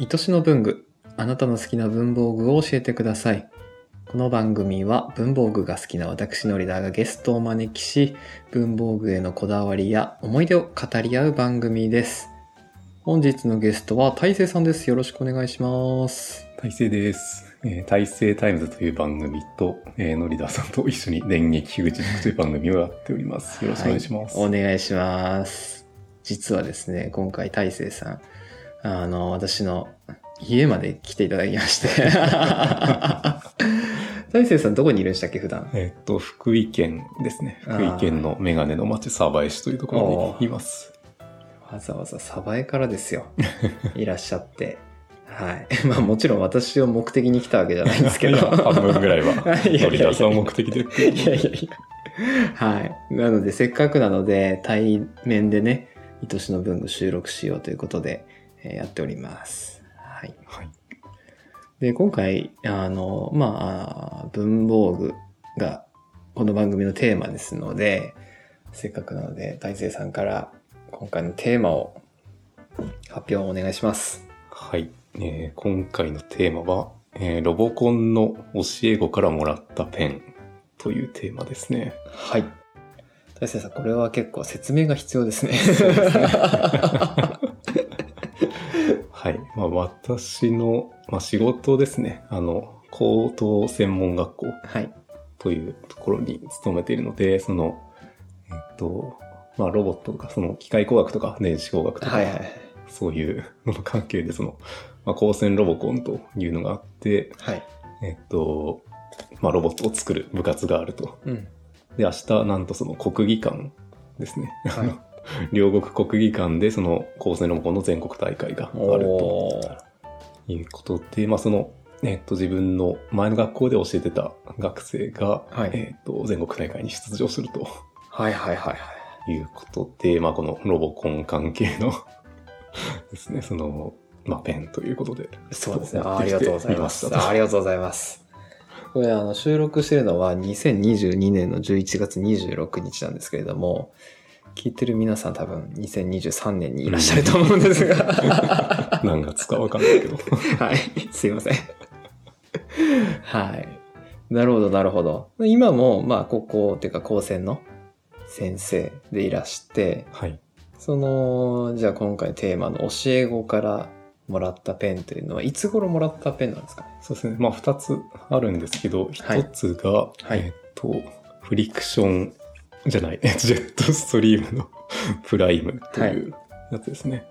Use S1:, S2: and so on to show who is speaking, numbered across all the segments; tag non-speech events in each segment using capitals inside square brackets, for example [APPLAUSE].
S1: 愛しの文具あなたの好きな文房具を教えてくださいこの番組は文房具が好きな私のリーダーがゲストをお招きし文房具へのこだわりや思い出を語り合う番組です本日のゲストは大成さんですよろしくお願いします
S2: 大成です。えー、大成タイムズという番組と、えー、ノリダーさんと一緒に電撃樋口塾という番組をやっております。よろしくお願いします。
S1: お願いします。実はですね、今回大成さん、あの、私の家まで来ていただきま
S2: [LAUGHS]
S1: して。大成さんどこにいるんでしたっけ、普段。
S2: えーっと、福井県ですね。
S1: あ
S2: 福
S1: ー
S2: 井県のメガネの町鯖江市というところにいます。
S1: わざわざ鯖江からですよ。 [LAUGHS] いらっしゃって。はい。 [LAUGHS] まあもちろん私を目的に来たわけじゃないんですけど。
S2: いや [LAUGHS] 半分ぐらいは
S1: いやいやいや
S2: ノリダーさんを目的で。
S1: [LAUGHS] いやいやいや。はい。なので、せっかくなので、対面でね、愛しの文具収録しようということで、えーやっております。 [LAUGHS] はい。
S2: はい。
S1: で、今回、あの、まあ、文房具がこの番組のテーマですので、せっかくなので、大成さんから今回のテーマを発表をお願いします。
S2: はい。えー今回のテーマは、えーロボコンの教え子からもらったペンというテーマですね。
S1: はい。大成さん、これは結構説明が必要ですね。 [LAUGHS]
S2: はい。まあ、私の、まあ、仕事ですね。あの、高等専門学校
S1: はい。
S2: というところに勤めているので、その、えっと、まあ、ロボットとか、その機械工学とか、電子工学とか、
S1: はいはい。
S2: そういうのの関係で、その、まあ、光線ロボコンというのがあって、
S1: はい。
S2: えっと、まあ、ロボットを作る部活があると。
S1: うん。
S2: で、明日、なんとその国技館ですね。
S1: はい
S2: あの両国国技館で、その光線ロボコンの全国大会があると。
S1: おー
S2: いうことで、まあ、その、えっと、自分の前の学校で教えてた学生が、
S1: はい
S2: えっと、全国大会に出場すると [LAUGHS]
S1: はいはいはいはい。
S2: いうことで、まあ、このロボコン関係の [LAUGHS] ですね、その、まあ、ペンということで。
S1: そうですね。あ
S2: 持っ
S1: あ
S2: て
S1: り
S2: き
S1: が
S2: て
S1: とうございます。
S2: みました
S1: あありがとうございます。これ、あの、収録してるのは2022年の11月26日なんですけれども、聞いてる皆さん多分2023年にいらっしゃると思うんですが、は
S2: 何月かわかんない
S1: [LAUGHS]
S2: けど。
S1: い、すいません。はい。なるほど、なるほど。今も、まあ、高校っていうか高専の先生でいらして、
S2: はい。
S1: その、じゃあ今回テーマの教え子からもらったペンというのは、いつ頃もらったペンなんですか
S2: そうですね。まあ、二つあるんですけど、一
S1: はい
S2: つが、
S1: い
S2: えっと、フリクションじゃない、 [LAUGHS] ジェットストリームの [LAUGHS] プライムというやつですね。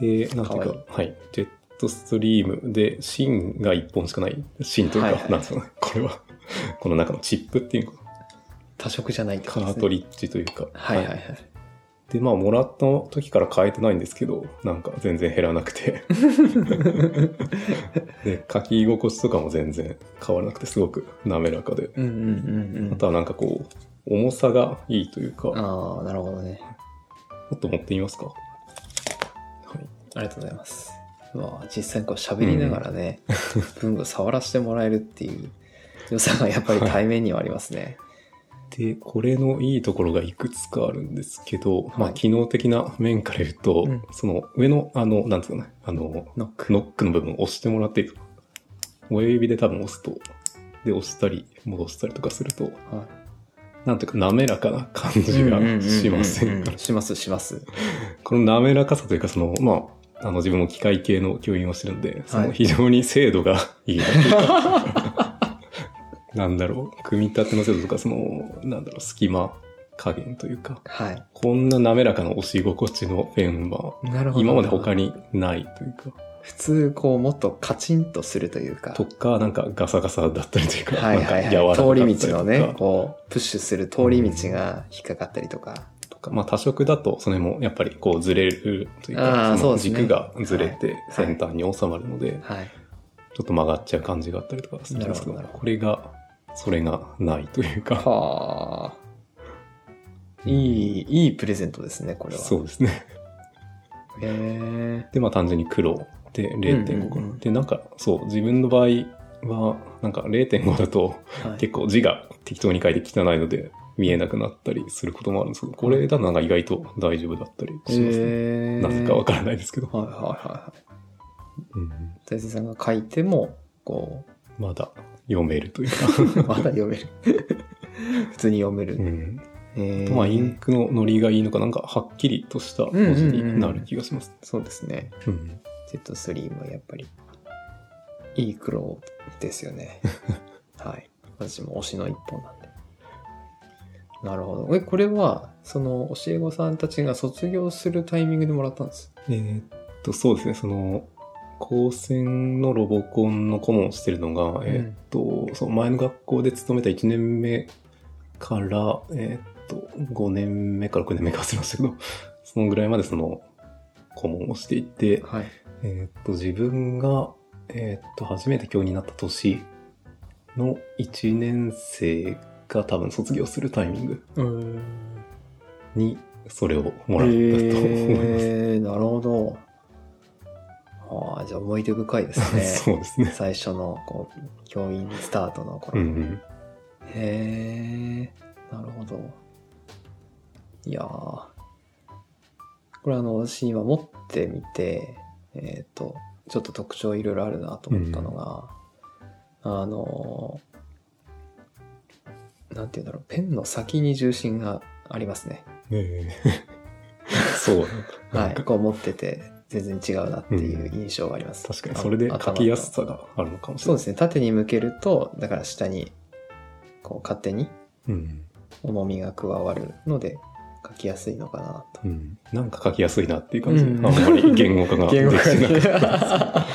S2: で、なんてい
S1: か
S2: うか
S1: わい
S2: はい。ジェットストリームで、芯が一本しかない。芯というか、
S1: はいはい
S2: なんですかね。これは、 [LAUGHS] この中のチップっていうか、
S1: 多色じゃないってこ
S2: カ
S1: とです、ね、
S2: ートリッジというか。
S1: はいはいはい。
S2: で、まあ、もらった時から変えてないんですけど、なんか全然減らな
S1: [LAUGHS]
S2: くて。で、書き心地とかも全然変わらなくて、すごく滑らかで。
S1: うんうんうんう
S2: あ
S1: ん。
S2: とはなんかこう、重さがいいというか、も
S1: ああ、なるほどね。
S2: っと持ってみますか。はい。
S1: ありがとうございます。まあ、実際にこう喋りながらね、文具を触らせてもらえるっていう良さがやっぱり対面にはありますね。
S2: で、これのいいところがいくつかあるんですけど、
S1: は
S2: まあ、
S1: い
S2: 機能的な面から言うと、
S1: うん
S2: その上の、あの、なんですかね、あの、
S1: ノック。
S2: ノックの部分を押してもらっていいですか親指で多分押すと、で、押したり、戻したりとかすると、
S1: は
S2: なんていうか滑らかな感
S1: い
S2: じがしませ
S1: うんうんう
S2: か
S1: うしますします。
S2: この滑らかさというか、その、まあ、あの、自分も機械系の教員をしてるんで、そ
S1: は
S2: の
S1: い
S2: 非常に精度がいいなというか。
S1: [LAUGHS]
S2: なんだろう、組み立ての精度とか、その、なんだろう、隙間加減というか、
S1: はい。
S2: こんな滑らかな押し心地のペンは、
S1: なるほど。
S2: 今まで他にないというか、
S1: 普通、こう、もっとカチンとするというか。
S2: とか、なんかガサガサだったりというか、
S1: はいはいはい。
S2: なんか柔らかかった
S1: 通
S2: り
S1: り
S2: と
S1: 道
S2: か
S1: のね、こう、プッシュする通り道が引っかかったりとか。
S2: とか、まあ多色だとそれもやっぱりこうずれるという
S1: あー
S2: か、そ
S1: そう
S2: の
S1: ですね
S2: 軸がずれ
S1: は
S2: て
S1: い
S2: 先端に収まるので、
S1: はい。
S2: ちょっと曲がっちゃう感じがあったりとかするんですけど、
S1: なるほど
S2: これが、それがないというか、
S1: はあ。 [LAUGHS] いい、いいプレゼントですね、これは。
S2: そうですね。 [LAUGHS]
S1: へえ。
S2: で、まあ単純に黒で0.5
S1: うんうんうん
S2: で、なんかそう、自分の場合は、なんか0.5だと
S1: はい
S2: 結構字が適当に書いて汚いので見えなくなったりすることもあるんですけど、これだとなんか意外と大丈夫だったりしますね。
S1: へえ
S2: なぜかわからないですけど。
S1: はいはいはいはい。
S2: うん
S1: 大勢さんが書いても、こ
S2: まだ読めるというか。
S1: う、 [LAUGHS] まだ読める。 [LAUGHS] 普通に読める。
S2: うん
S1: えー
S2: まあ、インクのノリがいいのか、なんか、はっきりとした文字になる気がします。
S1: そうですね。
S2: うん。
S1: Z3 もやっぱり、いい苦労ですよ
S2: [LAUGHS]
S1: ね。はい。私も推しの一本なんで。なるほど。え、これは、その、教え子さんたちが卒業するタイミングでもらったんです。
S2: えーっと、そうですね、その、高専のロボコンの顧問をしてるのが、えーっと、その前の学校で勤めた1年目から、えーっと、5年目から6年目か忘れましたけど、そのぐらいまでその、顧問をしていて、
S1: はい。
S2: えーっと、自分が、えーっと、初めて教員になった年の1年生が多分卒業するタイミング
S1: うん。
S2: に、それをも
S1: も
S2: ら
S1: ら
S2: っ
S1: ったた
S2: と
S1: と
S2: 思
S1: 思
S2: います。
S1: えー、なるほど。ああ、じゃあ思い出深いですね。
S2: [LAUGHS] [LAUGHS] そうですね。
S1: 最初の、こう、教員スタートの
S2: う
S1: 頃。
S2: んうん。
S1: へえ、なるほど。いやーこれあの、私今持ってみて、えっ、と、ちょっと特徴いろいろあるなと思ったのが、あのーなんて言うんだろう、ペンの先に重心がありますね。
S2: ねえ。 [LAUGHS] そう。
S1: はい。こう持ってて、全然違うなっていう印象があります。
S2: 確かに、それで
S1: あ
S2: 書きやすさがあるのかもし
S1: そ
S2: れ
S1: う
S2: な
S1: で
S2: い。
S1: すね。縦に向けると、だから下に、こう勝手に
S2: うん。
S1: 重みが加わるので書きやすいのかなと。
S2: うん。なんか書きやすいなっていう感じで、
S1: うん
S2: あん
S1: [LAUGHS]
S2: まり言語化ができてなかった。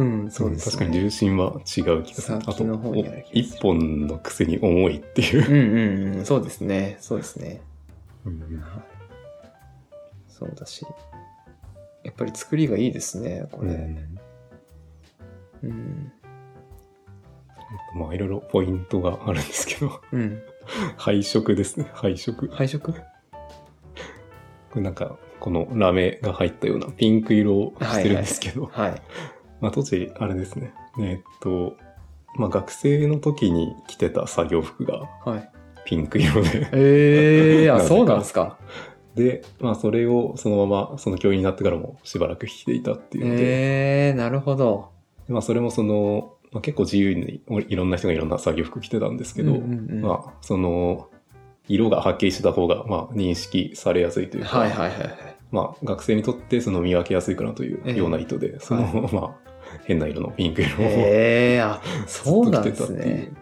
S1: うん、そうです、ね。
S2: 確かに重心は違う気がする。あ
S1: 先
S2: と
S1: の方にある気がす、る
S2: 一本のくせに重いっていう。
S1: うんうんうん、そうですね。そうですね。はいそうだし。やっぱり作りがいいですね、こ
S2: う
S1: れ。
S2: ん
S1: うん。
S2: まあ、いろいろポイントがあるんですけど、 [LAUGHS]
S1: うん。
S2: 配色ですね。配色。
S1: 配色
S2: これなんか、このラメが入ったようなピンク色をしてるんですけど、
S1: はい。
S2: まあ、当時、あれですね。えーっと、まあ、学生の時に着てた作業服が
S1: はい。
S2: ピンク色で、 [LAUGHS]
S1: ええー、
S2: な
S1: あ、
S2: ぜか
S1: そうなんですか。
S2: で、まあ、それをそのまま、その教員になってからもしばらく着ていたっていうので、
S1: ええー、なるほど。
S2: まあ、それもその、まあ、結構自由にいろんな人がいろんな作業服着てたんですけど、
S1: うんうんうん
S2: まあ、その、色がはっきりしてた方が、まあ、認識されやすいというか、
S1: はいはいはいはい。
S2: まあ、学生にとってその見分けやすいかなというような意図で、その、まあ、変な色のピンク色を、
S1: ええー、あ、そうなん
S2: [LAUGHS] ずっ
S1: で
S2: と着
S1: す
S2: てたってい
S1: ね。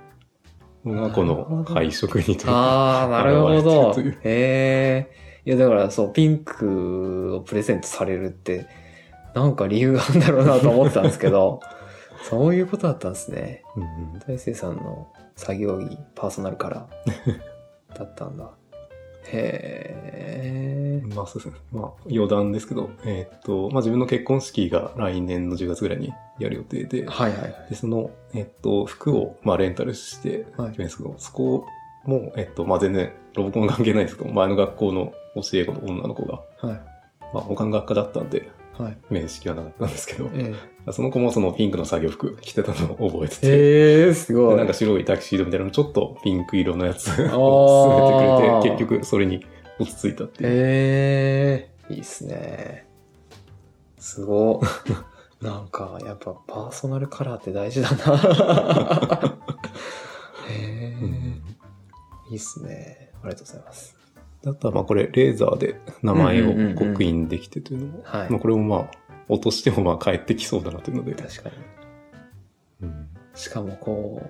S2: うのが、この配色にというか、 [LAUGHS]
S1: ああ、なるほど
S2: 現れてる。
S1: へえ。いや、だからそう、ピンクをプレゼントされるって、なんか理由があるんだろうなと思ってたんですけ
S2: [LAUGHS]
S1: ど、そういうことだったんですね。
S2: うんうん
S1: 大成さんの作業着、パーソナルカラ
S2: [LAUGHS]
S1: ーだったんだ。へえ。
S2: まあそうですね。まあ余談ですけど、えーっと、まあ自分の結婚式が来年の10月ぐらいにやる予定で、
S1: はいはいはい。
S2: で、その、えーっと、服を、まあレンタルして、
S1: はい
S2: 決めるんですけど、そこも、えーっと、まあ全然、ロボコン関係ないんですけど、前の学校の教え子の女の子が、
S1: はい。
S2: まあ他の学科だったんで、
S1: はい。
S2: 面識はなかったんですけど、
S1: え
S2: その子もそのピンクの作業服着てたのを覚えて
S1: え
S2: て、
S1: へー、すご
S2: で
S1: い。
S2: なんか白いタキシードみたいなのちょっとピンク色のやつを
S1: おー
S2: 勧めてくれて、結局それに落ち着いたっていう。
S1: ええいいっすね。す
S2: [LAUGHS]
S1: ご。なんか、やっぱパーソナルカラーって大事だ
S2: [LAUGHS]
S1: な。へ
S2: うん
S1: えいいっすね。ありがとうございます。
S2: あとはまあこれレーザーで名前
S1: う
S2: を
S1: んうんうんうん
S2: 刻印できてというのも、
S1: はい
S2: まあこれもまあ落としてもまあ返ってきそうだなというので、
S1: 確かに。
S2: うん
S1: しかもこ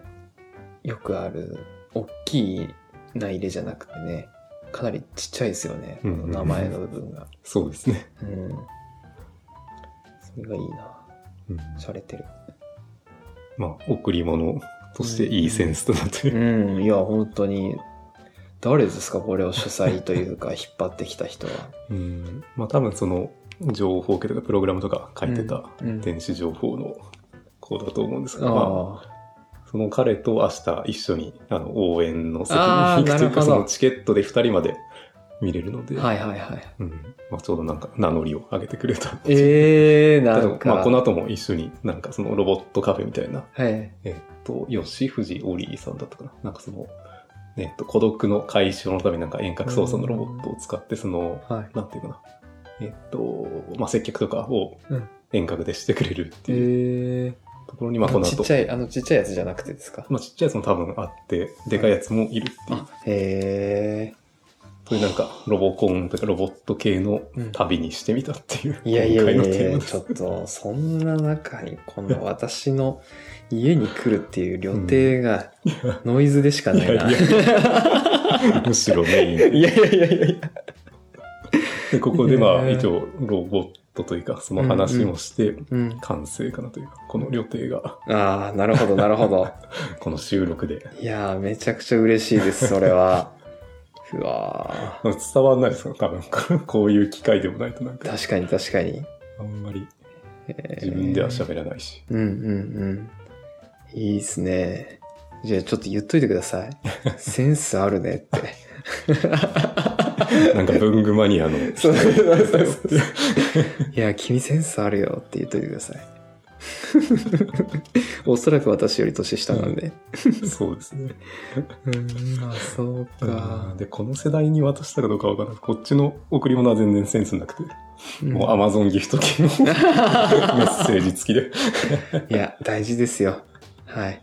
S1: う、よくある、大きいな入れじゃなくてね、かなりちっちゃいですよね。この名前の部分が。
S2: そうですね。
S1: うん。それがいいな。
S2: うん
S1: 洒落てる。
S2: まあ贈り物としていいセンスだなという。
S1: うん、いや、本当に、誰ですか、これを主催というか、引 [LAUGHS] っ張ってきた人は。
S2: うんまあ多分その情報系とかプログラムとか書いてた
S1: うんうん
S2: 電子情報の子だと思うんですが、ま
S1: あ
S2: あその彼と明日一緒にあの応援の席に
S1: あー
S2: 行くとい
S1: な
S2: う
S1: るほ
S2: か、
S1: ど
S2: そのチケットで2人まで見れるので、
S1: あ、はいはいはい。
S2: うんまあ、ちょうどなんか名乗りを上げてくれたっていう
S1: ええ [LAUGHS] な
S2: た
S1: ん
S2: だ
S1: か。
S2: まあ、この後も一緒になんかそのロボットカフェみたいな、
S1: はい。
S2: えっと、吉藤織さんだったかな。なんかその、えっと、孤独の解消のためになんか遠隔操作のロボットを使って、その、
S1: はい。
S2: なんていうかな。えっと、まあ、接客とかを、
S1: うん
S2: 遠隔でしてくれるってい
S1: え
S2: う
S1: え
S2: ところに、まあこの
S1: ちっ
S2: 後
S1: ち、ゃい、あのちっちゃいやつじゃなくてですか。
S2: まあちっちゃいやつも多分あって、でかいやつもいるっていう、
S1: あ、へえ。
S2: そういうなんかロボコンとかロボット系の旅にしてみたっていう、
S1: いやいやい
S2: 今
S1: や
S2: 回のテ
S1: い
S2: ーマ
S1: や、
S2: で
S1: ち
S2: す
S1: ょっと、そんな中に、この私の家に来るっていう旅程がノイズでしかないな。
S2: いや
S1: い
S2: むしろメインで。
S1: や [LAUGHS] いやいやいやいや。
S2: でここでまあ
S1: ねえ
S2: 一応ロボットというか、その話もして、
S1: うん。
S2: 完成かなというか、この予定が、
S1: ああ、なるほど、なるほど。
S2: この収録で。
S1: いやー、めちゃくちゃ嬉しいです、それは。 [LAUGHS] うわ
S2: 伝わんないですよ、多分。 [LAUGHS] こういう機会でもないとなん
S1: ー
S2: か、
S1: 確かに確かに。
S2: あんまり
S1: えー
S2: 自分では喋らないし。
S1: うんうんうん。いいですね。じゃあちょっと言っといてくだ [LAUGHS] さい。センスあるねって。
S2: なんか文具マニアの。
S1: [LAUGHS] [LAUGHS] そうそうそうそう。いや、君センスあるよって言っといてください。 [LAUGHS] おそらく私より年下なんで。
S2: そうですね。
S1: うん、あ、そう
S2: うん。で、この世代に渡したかどうかわからない。こっちの贈り物は全然センスなくて。もうアマゾンギフト系の [LAUGHS] メッセージ付きで。
S1: いや、大事ですよ。はい。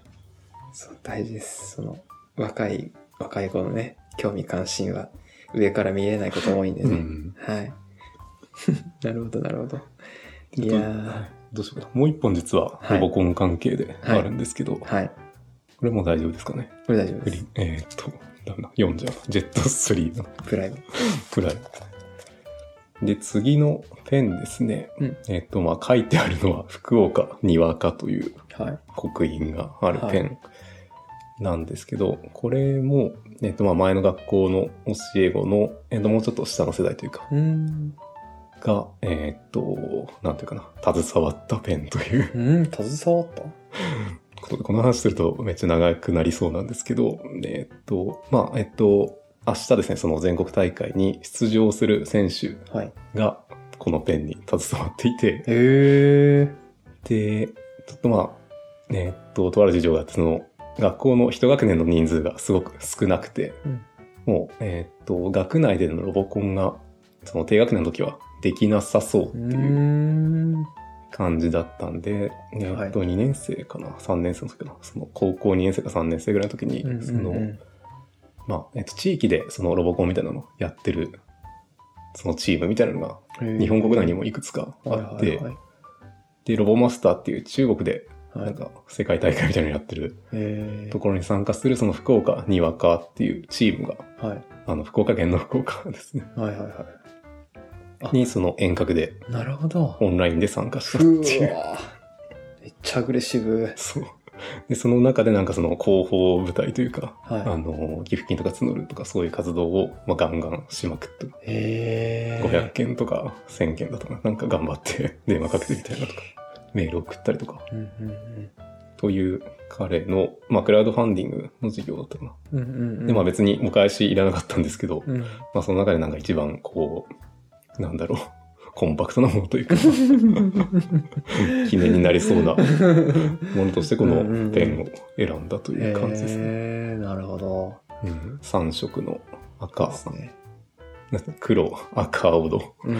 S1: そう、大事です。その、若い、若い子のね、興味関心は、上から見えないこと多いんで
S2: う
S1: ね。
S2: ん。
S1: はい。 [LAUGHS] なるほど、なるほど。
S2: ちょっ
S1: い
S2: と
S1: やー
S2: どうしようかな。もう一本実は
S1: はい
S2: ロボコン関係であるんですけど、こ
S1: はい。
S2: れも大丈夫ですかね。
S1: これ大丈夫
S2: フ
S1: で
S2: リ
S1: す
S2: ー。えーっと、ダメだ、読んじゃう。ジェットストリーム
S1: プライム。
S2: くらい。で、次のペンですね。
S1: うん
S2: えっと、まあ、書いてあるのは、福岡にわかという
S1: はい。
S2: 刻印があるペンなんですけど、これも、えっと、まあ、前の学校の教え子の、えっと、もうちょっと下の世代というか、
S1: うーん。
S2: が、えっと、なんていうかな、携わったペンという
S1: う
S2: [LAUGHS]
S1: ん、携わった
S2: ことで、この話するとめっちゃ長くなりそうなんですけど、えっと、まあ、えっと、明日ですね、その全国大会に出場する選手
S1: はい。
S2: がこのペンに携わっていて、
S1: へえ。
S2: で、ちょっとまあ、ねえっと、とある事情があって、その、学校の一学年の人数がすごく少なくて、
S1: うん
S2: もう、えっと、学内でのロボコンが、その低学年の時はできなさそう
S1: う
S2: っていう
S1: ーん。
S2: 感じだったんで、
S1: はい
S2: えっと、2年生かな、3年生の時かな、その、高校2年生か3年生ぐらいの時に、その、
S1: うん
S2: まあ、えっと、地域でそのロボコンみたいなのをやってる、そのチームみたいなのが、
S1: うん
S2: 日本国内にもいくつかあって、
S1: はいはい
S2: で、ロボマスターっていう中国で、
S1: はい、は
S2: なん
S1: い。
S2: か世界大会みたいなのやってる
S1: へ
S2: ところに参加するその福岡にわかっていうチームが、
S1: ーはい。
S2: あの福岡県の福岡ですね。
S1: はいはいはあ
S2: にその遠隔で
S1: い。なるほど。
S2: オンラインで参加したって
S1: ふ
S2: いう。
S1: わめっちゃアグレッシブ。
S2: そう。で、その中でなんかその広報部隊というか、あ
S1: は
S2: の、寄付金とか募るとかそういう活動を、まあ、ガンガンしまくって、
S1: い。へえ。
S2: 500件とか1000件だとか、なんか頑張って電話かけてみたいな
S1: [LAUGHS]
S2: とか、メール送ったりとか、
S1: うんうん
S2: という彼の、まあ、クラウドファンディングの事業だったかな。
S1: うん。うんうんうん。
S2: で、まあ別にお返しいらなかったんですけど、
S1: うん。
S2: まあその中でなんか一番こう、なんだろう、コンパクトなものとい
S1: [LAUGHS]
S2: うか、記念になりそうなものとしてこ
S1: うんうんう
S2: の
S1: ん
S2: ペンを選んだという [LAUGHS] 感じですね。
S1: へえ、なるほど。
S2: うん、3色の赤
S1: で、すね。
S2: 黒、赤、青の
S1: うん。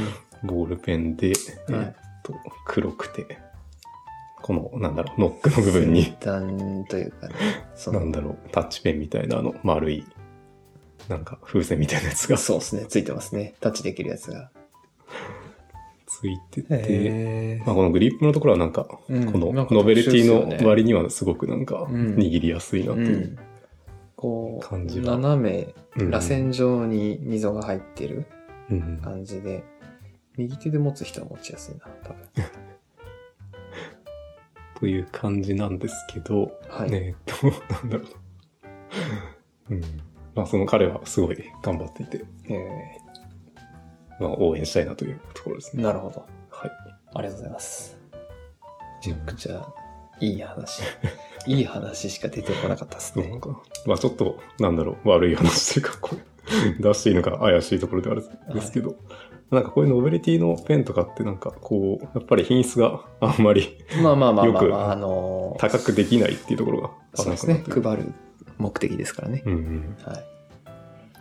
S2: ボールペンで、え
S1: は
S2: ーっ
S1: い。
S2: と、黒くて、この、なんだろう、ノックの部分に、
S1: 一旦というかね、そ
S2: なん
S1: の、
S2: だろう、タッチペンみたいなあの丸い、なんか風船みたいなやつが
S1: そうですね、ついてますね。タッチできるやつが。
S2: ついてて、
S1: へ
S2: まあ、このグリップのところはなんか、
S1: うん
S2: この
S1: なんか
S2: ノベルティ
S1: 特殊ですよ
S2: の
S1: ね
S2: 割にはすごくなんか
S1: うん
S2: 握りやすいなと
S1: う
S2: いう。
S1: ん。こ
S2: 感
S1: う、
S2: じが
S1: 斜め、
S2: うん
S1: 螺旋状に溝が入ってる
S2: うん
S1: 感じで、右手で持つ人は持ちやすいな、多分。
S2: [LAUGHS] という感じなんですけど、
S1: はい。
S2: ねえっと、なんだろう。 [LAUGHS] うん。まあその彼はすごい頑張っていて、
S1: へえ
S2: まあ応援したいなというところですね。
S1: なるほど。
S2: はい。
S1: ありがとうございます。めちゃくちゃいい
S2: [LAUGHS]
S1: 話。いい話しか出てこなかったです
S2: そうな
S1: ね
S2: ん。か、まあちょっと、なんだろう、悪い話というか、これ、出していいのか怪しいところではあるんですけど、なんかこういうノベリティのペンとかってなんかこう、やっぱり品質があんまり
S1: まあまあまあまあ、
S2: よ
S1: ま
S2: く
S1: あ、あのー
S2: 高くできないっていうところがあ
S1: そう
S2: る
S1: で
S2: か
S1: す
S2: な
S1: ね。
S2: という。
S1: 配る目的ですからね。
S2: うん
S1: はい。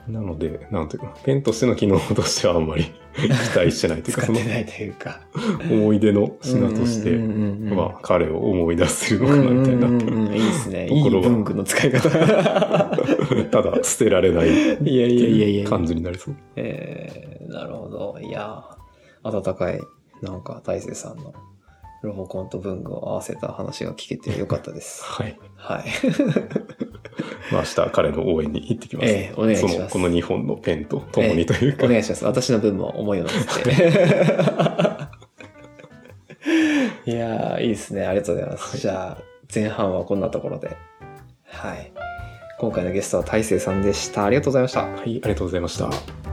S2: うん、なので、なんていうか、ペンとしての機能としてはあんまり期待してないという
S1: 使
S2: か、
S1: っ
S2: その
S1: てないというか。
S2: 思い出の品とし
S1: う
S2: て、
S1: んうんうんうん
S2: まあ、彼を思い出せるの
S1: う
S2: か
S1: ん
S2: な、みたいになって
S1: うんうんうんいいですね。
S2: と
S1: いい
S2: ころは
S1: 文具の使い
S2: [LAUGHS]
S1: 方。い
S2: る。ただ、捨てられない
S1: やいやいやいや。
S2: 感じになりそう。
S1: えー、なるほど。いやー、温かい、なんか、大勢さんのロボコンと文具を合わせた話が聞けてよかったです。
S2: [LAUGHS] はい。
S1: はい。
S2: まあ、明日、彼の応援に行ってきます。
S1: ええお願いします
S2: その、この2本のペンと共にというか、
S1: お願いします。私の分も思いを乗せて。いやー、いいですね。ありがとうございます。じゃあ、前半はこんなところで。はい。今回のゲストは大勢さんでした。ありがとうございました。
S2: はい、ありがとうございました。